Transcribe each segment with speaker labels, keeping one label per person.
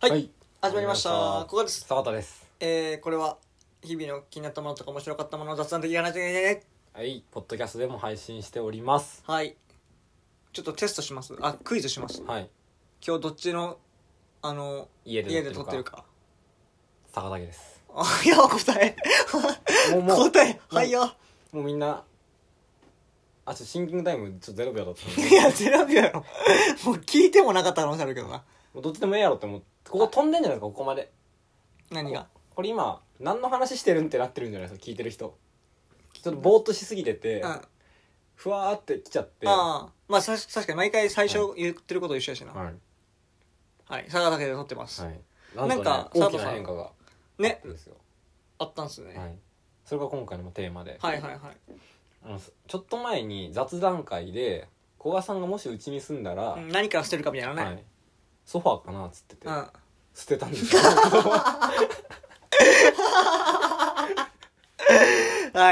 Speaker 1: はい、
Speaker 2: はい
Speaker 1: 始まりました
Speaker 2: 始まりました
Speaker 1: ここです
Speaker 2: 坂田です
Speaker 1: えー、これは日々の気になったものとか面白かったものを雑談的な話で
Speaker 2: はいポッドキャストでも配信しております
Speaker 1: はいちょっとテストしますあクイズします
Speaker 2: はい
Speaker 1: 今日どっちのあの
Speaker 2: 家で
Speaker 1: 家で撮ってる
Speaker 2: か
Speaker 1: か
Speaker 2: 坂田家です
Speaker 1: あいや答え
Speaker 2: もうもう
Speaker 1: 答えはいよ
Speaker 2: もうみんなあちょっとシンキングタイムちょっと0秒だったんで
Speaker 1: いやゼロ秒やろ もう聞いてもなかったら面白いけどな
Speaker 2: もうどっちでもええやろって思ってここ飛んでんじゃないですかここまで
Speaker 1: 何が
Speaker 2: これ今何の話してるんってなってるんじゃないですか聞いてる人ちょっとぼーっとしすぎてて、
Speaker 1: うん
Speaker 2: ふわーって来ちゃって
Speaker 1: ああまあさ確かに毎回最初言ってること一緒やしなはい、
Speaker 2: はい、
Speaker 1: 佐賀だけで撮ってます、
Speaker 2: はい、なんと、ね、
Speaker 1: なんか
Speaker 2: 大き
Speaker 1: 佐藤さ
Speaker 2: なん変化があっ
Speaker 1: ね
Speaker 2: たんですよ、
Speaker 1: あったんすね、
Speaker 2: はい、それが今回のテーマで、
Speaker 1: はい、はいはい
Speaker 2: あのちょっと前に雑談会で古賀さんがもしうちに住んだら、
Speaker 1: うん何から捨てるかみたいなね、
Speaker 2: はい、ソファーかなっつってて、
Speaker 1: うん
Speaker 2: 捨てたんですよ
Speaker 1: は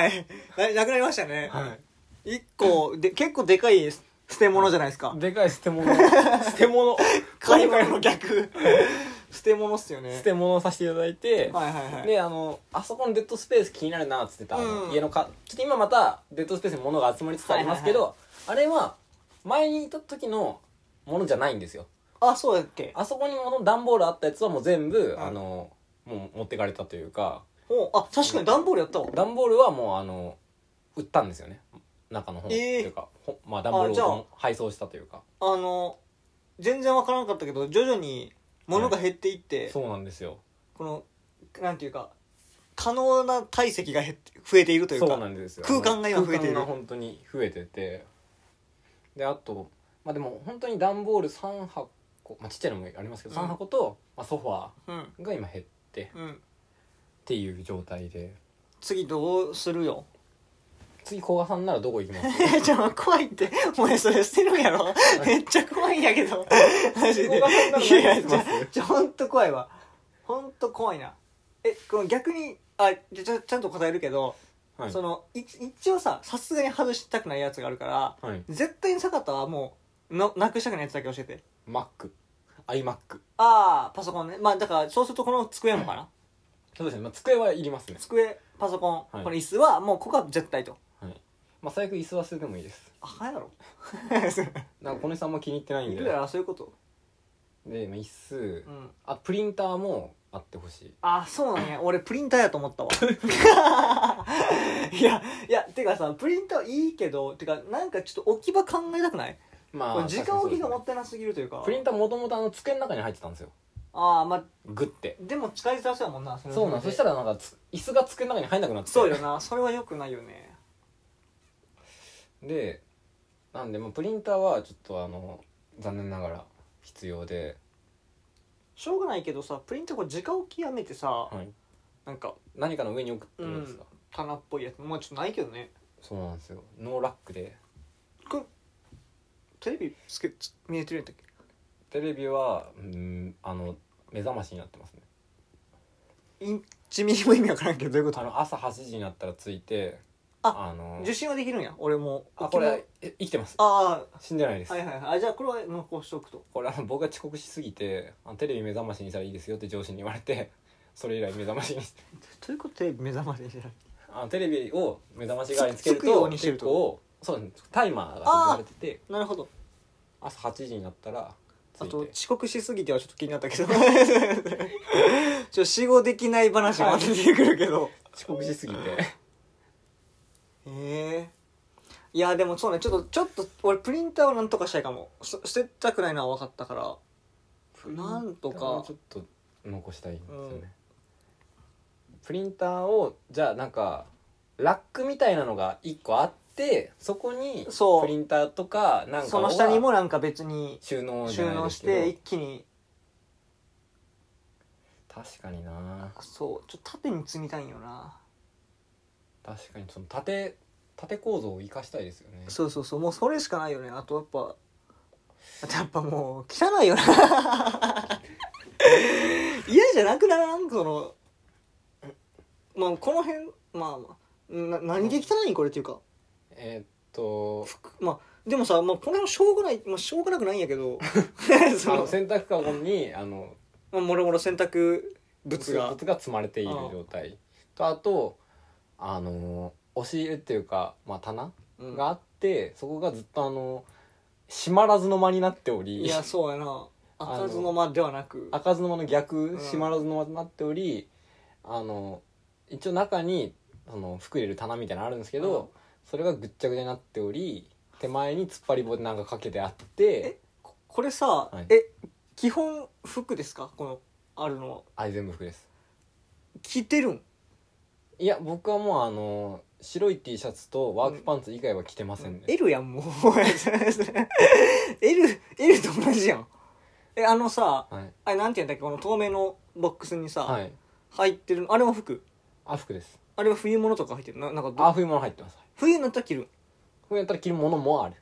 Speaker 1: い。 な、なくなりましたね。
Speaker 2: は
Speaker 1: 一個、で、結構でかい捨て物じゃないですか
Speaker 2: い、。でかい捨 て物捨て物
Speaker 1: 海外の逆。捨て物っすよね。
Speaker 2: 捨て物をさせていただいて、
Speaker 1: はいはいはい。
Speaker 2: であのあそこのデッドスペース気になるなっつってた、あの
Speaker 1: うん
Speaker 2: 家のかちょっと今またデッドスペースに物が集まりつつありますけど、あれは前にいた時のものじゃないんですよ
Speaker 1: あ、そうだっけ
Speaker 2: あそこにもの段ボールあったやつはもう全部、
Speaker 1: ん
Speaker 2: あのもう持ってかれたというか
Speaker 1: おあ、確かに段ボールやったわ。
Speaker 2: 段ボールはもうあの売ったんですよね中の本、
Speaker 1: えー
Speaker 2: というかほまあ段ボール
Speaker 1: あじゃあ
Speaker 2: を配送したというか
Speaker 1: あの、全然わからなかったけど、徐々に物が減っていって、
Speaker 2: そうなんですよ
Speaker 1: この、なんていうか、可能な体積が減って増えているというか。
Speaker 2: そうなんですよ
Speaker 1: 空間が今増えている
Speaker 2: 空間が本当に増えててであとまあでも本当に段ボール3箱、まあ、ちっちゃいのもありますけど
Speaker 1: うん
Speaker 2: 3箱と、まあ、ソファ
Speaker 1: うん。
Speaker 2: ーが今減ってっ
Speaker 1: うん。
Speaker 2: ていう状態で
Speaker 1: 次どうするよ。
Speaker 2: 次古賀さんならどこ行きます
Speaker 1: え、じゃあ怖いって。もうねそれ捨てるやろ。めっちゃ怖いんやけ ど。マジで。
Speaker 2: 小川さんなら何
Speaker 1: いや、
Speaker 2: し
Speaker 1: じ
Speaker 2: ま
Speaker 1: ゃ
Speaker 2: す、
Speaker 1: じゃ、ほんと怖いわ。ほんと怖いな。え、この逆に、あ、じゃ、ちゃちゃんと答えるけど、
Speaker 2: はい
Speaker 1: その、い一応さ、さすがに外したくないやつがあるから、
Speaker 2: はい
Speaker 1: 絶対に坂田はもう、のなくしたくないやつだけ教えて。
Speaker 2: Mac iMac
Speaker 1: あー、パソコンね。まあ、だから、そうするとこの机もかな。
Speaker 2: そうですね、まあ、机はいりますね、
Speaker 1: 机、パソコン、
Speaker 2: はい
Speaker 1: この椅子は、もうここは絶対と。
Speaker 2: はいまあ、最悪椅子は捨ててもいいです
Speaker 1: あかん やろ。
Speaker 2: なんかこの人あんま気に入ってないん
Speaker 1: い
Speaker 2: で
Speaker 1: るやろ、そういうこと。
Speaker 2: で、まあ、椅子
Speaker 1: うん。
Speaker 2: あプリンターもあってほしい
Speaker 1: あそう なんや俺プリンターやと思ったわ いやいやてかさプリンターいいけどてかなんかちょっと置き場考えたくないこ
Speaker 2: ま
Speaker 1: れ時間置きがも
Speaker 2: 確かにそ
Speaker 1: ったいなす
Speaker 2: うですね
Speaker 1: ぎるというか
Speaker 2: プリンターもともとあの机の中に入ってたんですよ
Speaker 1: ああまあ
Speaker 2: グッて
Speaker 1: でも使いづらそうやもんなそれは
Speaker 2: そうなん
Speaker 1: れ
Speaker 2: そ
Speaker 1: で
Speaker 2: したらなんかつ椅子が机の中に入んなくなって
Speaker 1: そうよなそれはよくないよね
Speaker 2: でなんで、まあ、プリンターはちょっとあの残念ながら必要で、
Speaker 1: しょうがないけどさプリンターこれ直置きやめてさ、
Speaker 2: はい、
Speaker 1: なんか
Speaker 2: 何かの上に置くってことですか、
Speaker 1: 棚っぽいやつもうちょっとないけどね
Speaker 2: そうなんですよノーラックで
Speaker 1: これテレビつけつ見えてるんだっ
Speaker 2: テレビはうんあの目覚ましになってますね
Speaker 1: けインチミリも意味わからんけどどういうこ
Speaker 2: あ
Speaker 1: と
Speaker 2: の朝8時になったらついて
Speaker 1: あ
Speaker 2: の
Speaker 1: 受信はできるんや俺も
Speaker 2: あこれえ生きてます
Speaker 1: ああ
Speaker 2: 死んでないです、
Speaker 1: はいはいはいあじゃあこれは残しとくと
Speaker 2: これあの僕が遅刻しすぎてあのテレビ目覚ましにしたらいいですよって上司に言われて それ以来目覚ましにして
Speaker 1: ということで目覚ましにしない
Speaker 2: あのテレビを目覚まし代わりにつける
Speaker 1: つつくよ
Speaker 2: と
Speaker 1: うにしてる
Speaker 2: 結
Speaker 1: と
Speaker 2: 構そうですねタイマーが
Speaker 1: あー
Speaker 2: 設けられてて
Speaker 1: なるほど
Speaker 2: 朝8時になったらつ
Speaker 1: あ
Speaker 2: い
Speaker 1: と
Speaker 2: て
Speaker 1: 遅刻しすぎてはちょっと気になったけどちょっと死後できない話が出てくるけど
Speaker 2: 遅刻しすぎて
Speaker 1: へえいやでもそうねちょっとちょっと俺プリンターをなんとかしたいかもす捨てたくないのは分かったから なんとか
Speaker 2: ちょっと残したいんですよね、プリンターをじゃあなんかラックみたいなのが1個あってそこに
Speaker 1: そう
Speaker 2: プリンターとかなんか
Speaker 1: その下にもなんか別に
Speaker 2: 収納じゃ
Speaker 1: 収
Speaker 2: ない
Speaker 1: 納
Speaker 2: です
Speaker 1: し
Speaker 2: けど
Speaker 1: て一気に
Speaker 2: 確かにな
Speaker 1: そうちょっと縦に積みたいんよな
Speaker 2: 確かにその縦縦構造を生かしたいですよね
Speaker 1: そうそうそうもうそれしかないよねあとやっぱあとやっぱもう汚 いよな嫌じゃなくならんそのまあこの辺まあまあな何で汚いんこれっていうか
Speaker 2: えーっと
Speaker 1: まあでも さ、まあ、この辺はしょうがない、まあ、しょうがなくないんやけどそ
Speaker 2: あ
Speaker 1: の
Speaker 2: の洗濯カゴにあの
Speaker 1: まあ、もろもろ洗濯物が
Speaker 2: 物が積まれている状態とあとあの押し入れっていうか、まあ、棚
Speaker 1: うん
Speaker 2: があって、そこがずっとあの閉まらずの間になっており
Speaker 1: いやそうやな開かずの間ではなく
Speaker 2: 開かずの間の逆、
Speaker 1: うん
Speaker 2: 閉まらずの間となっておりあの一応中にその服入れる棚みたいなのあるんですけど、
Speaker 1: うん
Speaker 2: それがぐっちゃぐちゃになっており手前に突っ張り棒でなんかかけてあって
Speaker 1: ここれさ、
Speaker 2: はい
Speaker 1: え基本服ですかこのあるのは
Speaker 2: あれ全部服です
Speaker 1: 着てるん
Speaker 2: いや僕はもうあの白い T シャツとワークパンツ以外は着てませんね、
Speaker 1: L やんもう L, L と同じやんえあのさ
Speaker 2: はい、
Speaker 1: あれなんていうんだっけこの透明のボックスにさ、
Speaker 2: はい、
Speaker 1: 入ってるのあれも服
Speaker 2: あ服です
Speaker 1: あれは冬物とか入ってるななんか
Speaker 2: あ
Speaker 1: ど
Speaker 2: 冬物入ってます
Speaker 1: 冬になったら着る
Speaker 2: こうやったら着るものもある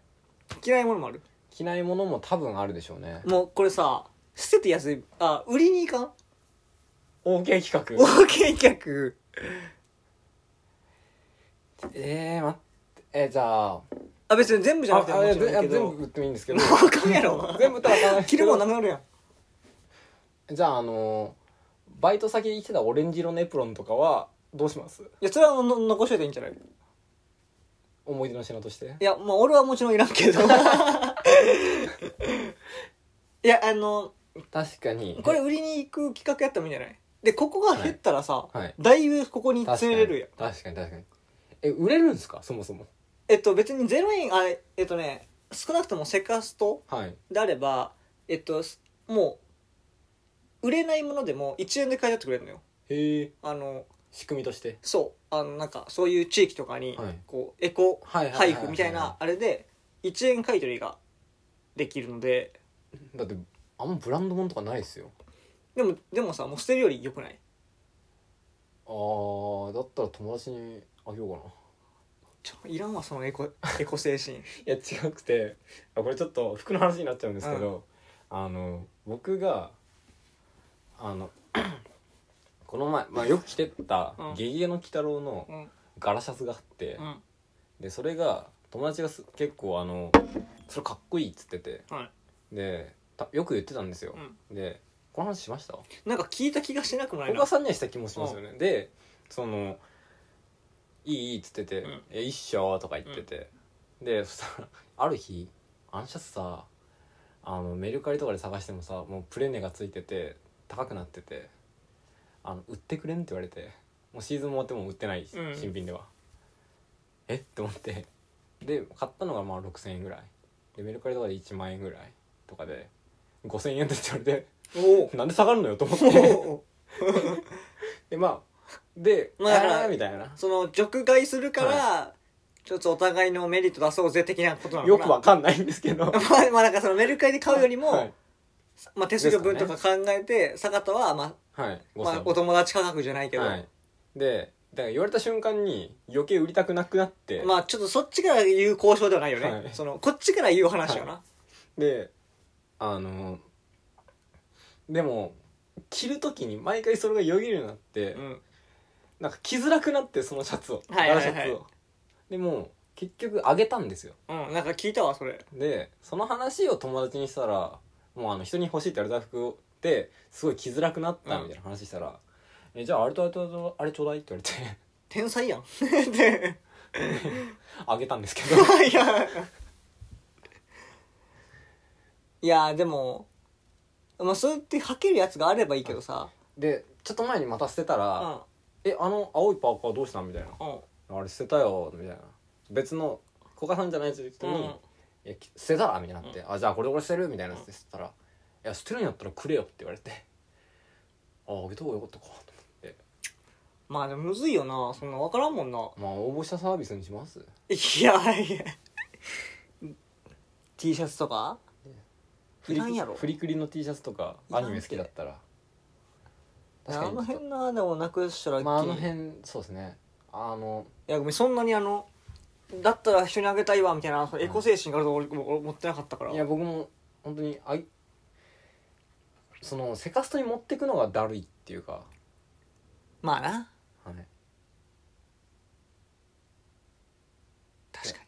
Speaker 1: 嫌いものもある
Speaker 2: 着ないものも多分あるでしょうね
Speaker 1: もうこれさ捨てて安いあ売りに行かん
Speaker 2: OK 企画
Speaker 1: OK 客
Speaker 2: えー、待ってえー、じゃあ
Speaker 1: あ別に全部じゃなくて
Speaker 2: あ
Speaker 1: も
Speaker 2: あいや
Speaker 1: ちろんいいけ
Speaker 2: 全
Speaker 1: ど
Speaker 2: 部売ってもいいんですけど
Speaker 1: もうあかんやろ
Speaker 2: 全部とは買わない
Speaker 1: 着るもんなくなるやん
Speaker 2: じゃああのバイト先に着てたオレンジ色のエプロンとかはどうします
Speaker 1: いやそれはの残しといたらいいんじゃない
Speaker 2: 思い出の品として
Speaker 1: いやまあ俺はもちろんいらんけど いやあの
Speaker 2: 確かに
Speaker 1: これ売りに行く企画やってもいいんじゃないでここが減ったらさ、
Speaker 2: いはい
Speaker 1: だいぶここに詰めれるやん
Speaker 2: 確かに確かにえ売れるんですかそもそも
Speaker 1: えっと別に0円あえっとね少なくともセカスト
Speaker 2: はい
Speaker 1: であればえっとすもう売れないものでも1円で買い取ってくれるのよ
Speaker 2: へえ
Speaker 1: あの
Speaker 2: 仕組みとして
Speaker 1: そうあのなんかそういう地域とかに、
Speaker 2: はい
Speaker 1: こうエコ
Speaker 2: はいはいはい
Speaker 1: 配
Speaker 2: はい
Speaker 1: 布みたいなあれで1円買い取りができるので
Speaker 2: だってあんまブランドもんとかないですよ
Speaker 1: でもでもさもう捨てるより良くない
Speaker 2: あーだったら友達にあげようかな
Speaker 1: ちょいらんわそのエコエコ精 神
Speaker 2: いや違くてあこれちょっと服の話になっちゃうんですけど、あの僕があの この前、まあ、よく着てた
Speaker 1: うん
Speaker 2: 「ゲゲゲの鬼太郎」の
Speaker 1: うん
Speaker 2: 柄シャツがあって、
Speaker 1: うん
Speaker 2: でそれが友達がす結構あのそれかっこいいっつってて
Speaker 1: は
Speaker 2: でたよく言ってたんです
Speaker 1: い
Speaker 2: よ、でこの話しました
Speaker 1: いなんか聞いた気がしなくもない
Speaker 2: 小
Speaker 1: な
Speaker 2: 川さんにはした気もしますよね、でその「いいいい」っつってて
Speaker 1: うん
Speaker 2: 「え一緒」とか言ってて、でそしたらある日あのシャツさあのメルカリとかで探してもさもうプレネがついてて高くなってて「あの売ってくれん?」って言われてもうシーズンも終わってもう売ってないし、
Speaker 1: うん
Speaker 2: 新品ではえって思ってで買ったのがまあ6000円ぐらいでメルカリとかで1万円ぐらいとかで5000円って言われて
Speaker 1: お
Speaker 2: なんで下がるのよと思って
Speaker 1: お
Speaker 2: でまあで「
Speaker 1: まあだから
Speaker 2: あーみたい な
Speaker 1: その除外するから、ちょっとお互いのメリット出そうぜ的なことなのかな
Speaker 2: よくわかんないんですけど
Speaker 1: まあまあなんかそのメルカリで買うよりも、
Speaker 2: はい、
Speaker 1: まあ、手数料分とか考えて、坂田は、ま
Speaker 2: はい、
Speaker 1: あ、
Speaker 2: ご
Speaker 1: ま
Speaker 2: さ
Speaker 1: あ
Speaker 2: ん、
Speaker 1: お友達価格じゃないけど、
Speaker 2: はいでだから言われた瞬間に余計売りたくなくなって、
Speaker 1: まあちょっとそっちから言う交渉ではないよね、
Speaker 2: はい
Speaker 1: そのこっちから言う話よな、
Speaker 2: であのでも着る時に毎回それがよぎるようになって、
Speaker 1: うん
Speaker 2: なんか着づらくなってそのシャツを
Speaker 1: はいはいはい
Speaker 2: 柄シャツをでも結局あげたんですよ
Speaker 1: うん、なんか聞いたわそれ
Speaker 2: でその話を友達にしたらもうあの人に欲しいって言われた服ですごい着づらくなったみたいな話したら「えじゃああれとあれとあれとあれちょうだい」って言われて
Speaker 1: 天才やん で
Speaker 2: あげたんですけど
Speaker 1: いや いやでもまあそうやって履けるやつがあればいいけどさ
Speaker 2: でちょっと前にまた捨てた
Speaker 1: う
Speaker 2: ら
Speaker 1: ん
Speaker 2: 「えあの青いパーカーどうしたん?」みたいな
Speaker 1: うん
Speaker 2: 「あれ捨てたよ」みたいな別の古賀さんじゃない人に「
Speaker 1: うん
Speaker 2: いやき捨てたら?」みたいになって「あじゃあこれ俺捨てる?」みたいなって捨てたら「いや捨てるんやったらくれよ」って言われて「ああげた方がよかったか」と思って
Speaker 1: まあでもむずいよなそんな分からんもんな
Speaker 2: 「まあ応募したサービスにします?」
Speaker 1: いやいや T シャツとかいらんやろ
Speaker 2: フリクリの T シャツとか
Speaker 1: いら
Speaker 2: ア
Speaker 1: んって
Speaker 2: ニメ好きだったら確か
Speaker 1: あ
Speaker 2: に
Speaker 1: の辺なでもなくしたら
Speaker 2: まああ
Speaker 1: 一気
Speaker 2: の
Speaker 1: に
Speaker 2: 辺そうですねあの
Speaker 1: いやごめんそんなにあのだったら人にあげたいわみたいなそのエコ精神があると俺俺俺持ってなかったから
Speaker 2: いや僕も本当にあいそのセカストに持ってくのがだるいっていうか、
Speaker 1: まあな
Speaker 2: はい、
Speaker 1: 確か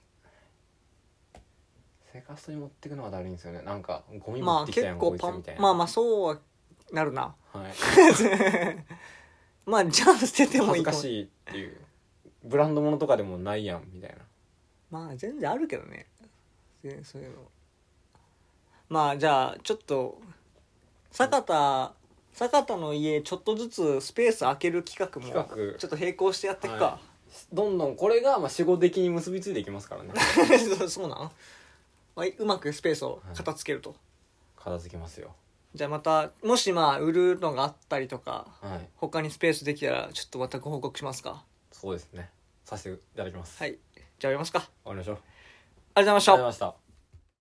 Speaker 2: セカストに持ってくのがだるいんですよねなんかゴ
Speaker 1: に
Speaker 2: ミ
Speaker 1: ま
Speaker 2: 持
Speaker 1: あ
Speaker 2: ってきた
Speaker 1: 結
Speaker 2: やん、
Speaker 1: 構
Speaker 2: こい
Speaker 1: パ
Speaker 2: つみ
Speaker 1: ン
Speaker 2: たいな
Speaker 1: まあまあそうはなるな
Speaker 2: はい
Speaker 1: まあじゃあ捨てても
Speaker 2: 恥
Speaker 1: い
Speaker 2: ず
Speaker 1: いか
Speaker 2: か
Speaker 1: も
Speaker 2: しいっていうブランドものとかでもないやんみたいな
Speaker 1: まあ全然あるけどね全然そういうのまあじゃあちょっと坂田坂田の家ちょっとずつスペース空ける企画も
Speaker 2: 企画
Speaker 1: ちょっと並行してやっていくか、
Speaker 2: どんどんこれがまあ死後的に結びついていきますからね
Speaker 1: そう そうなん、まあ、うまくスペースを片付けると、
Speaker 2: 片付けますよ
Speaker 1: じゃあまたもしまあ売るのがあったりとか
Speaker 2: はい
Speaker 1: 他にスペースできたらちょっとまたご報告しますか
Speaker 2: そうですねさせていただきます
Speaker 1: はいじゃあやりますか
Speaker 2: 終わりましょう
Speaker 1: ありがとうございまし
Speaker 2: あ
Speaker 1: た
Speaker 2: りがとうございました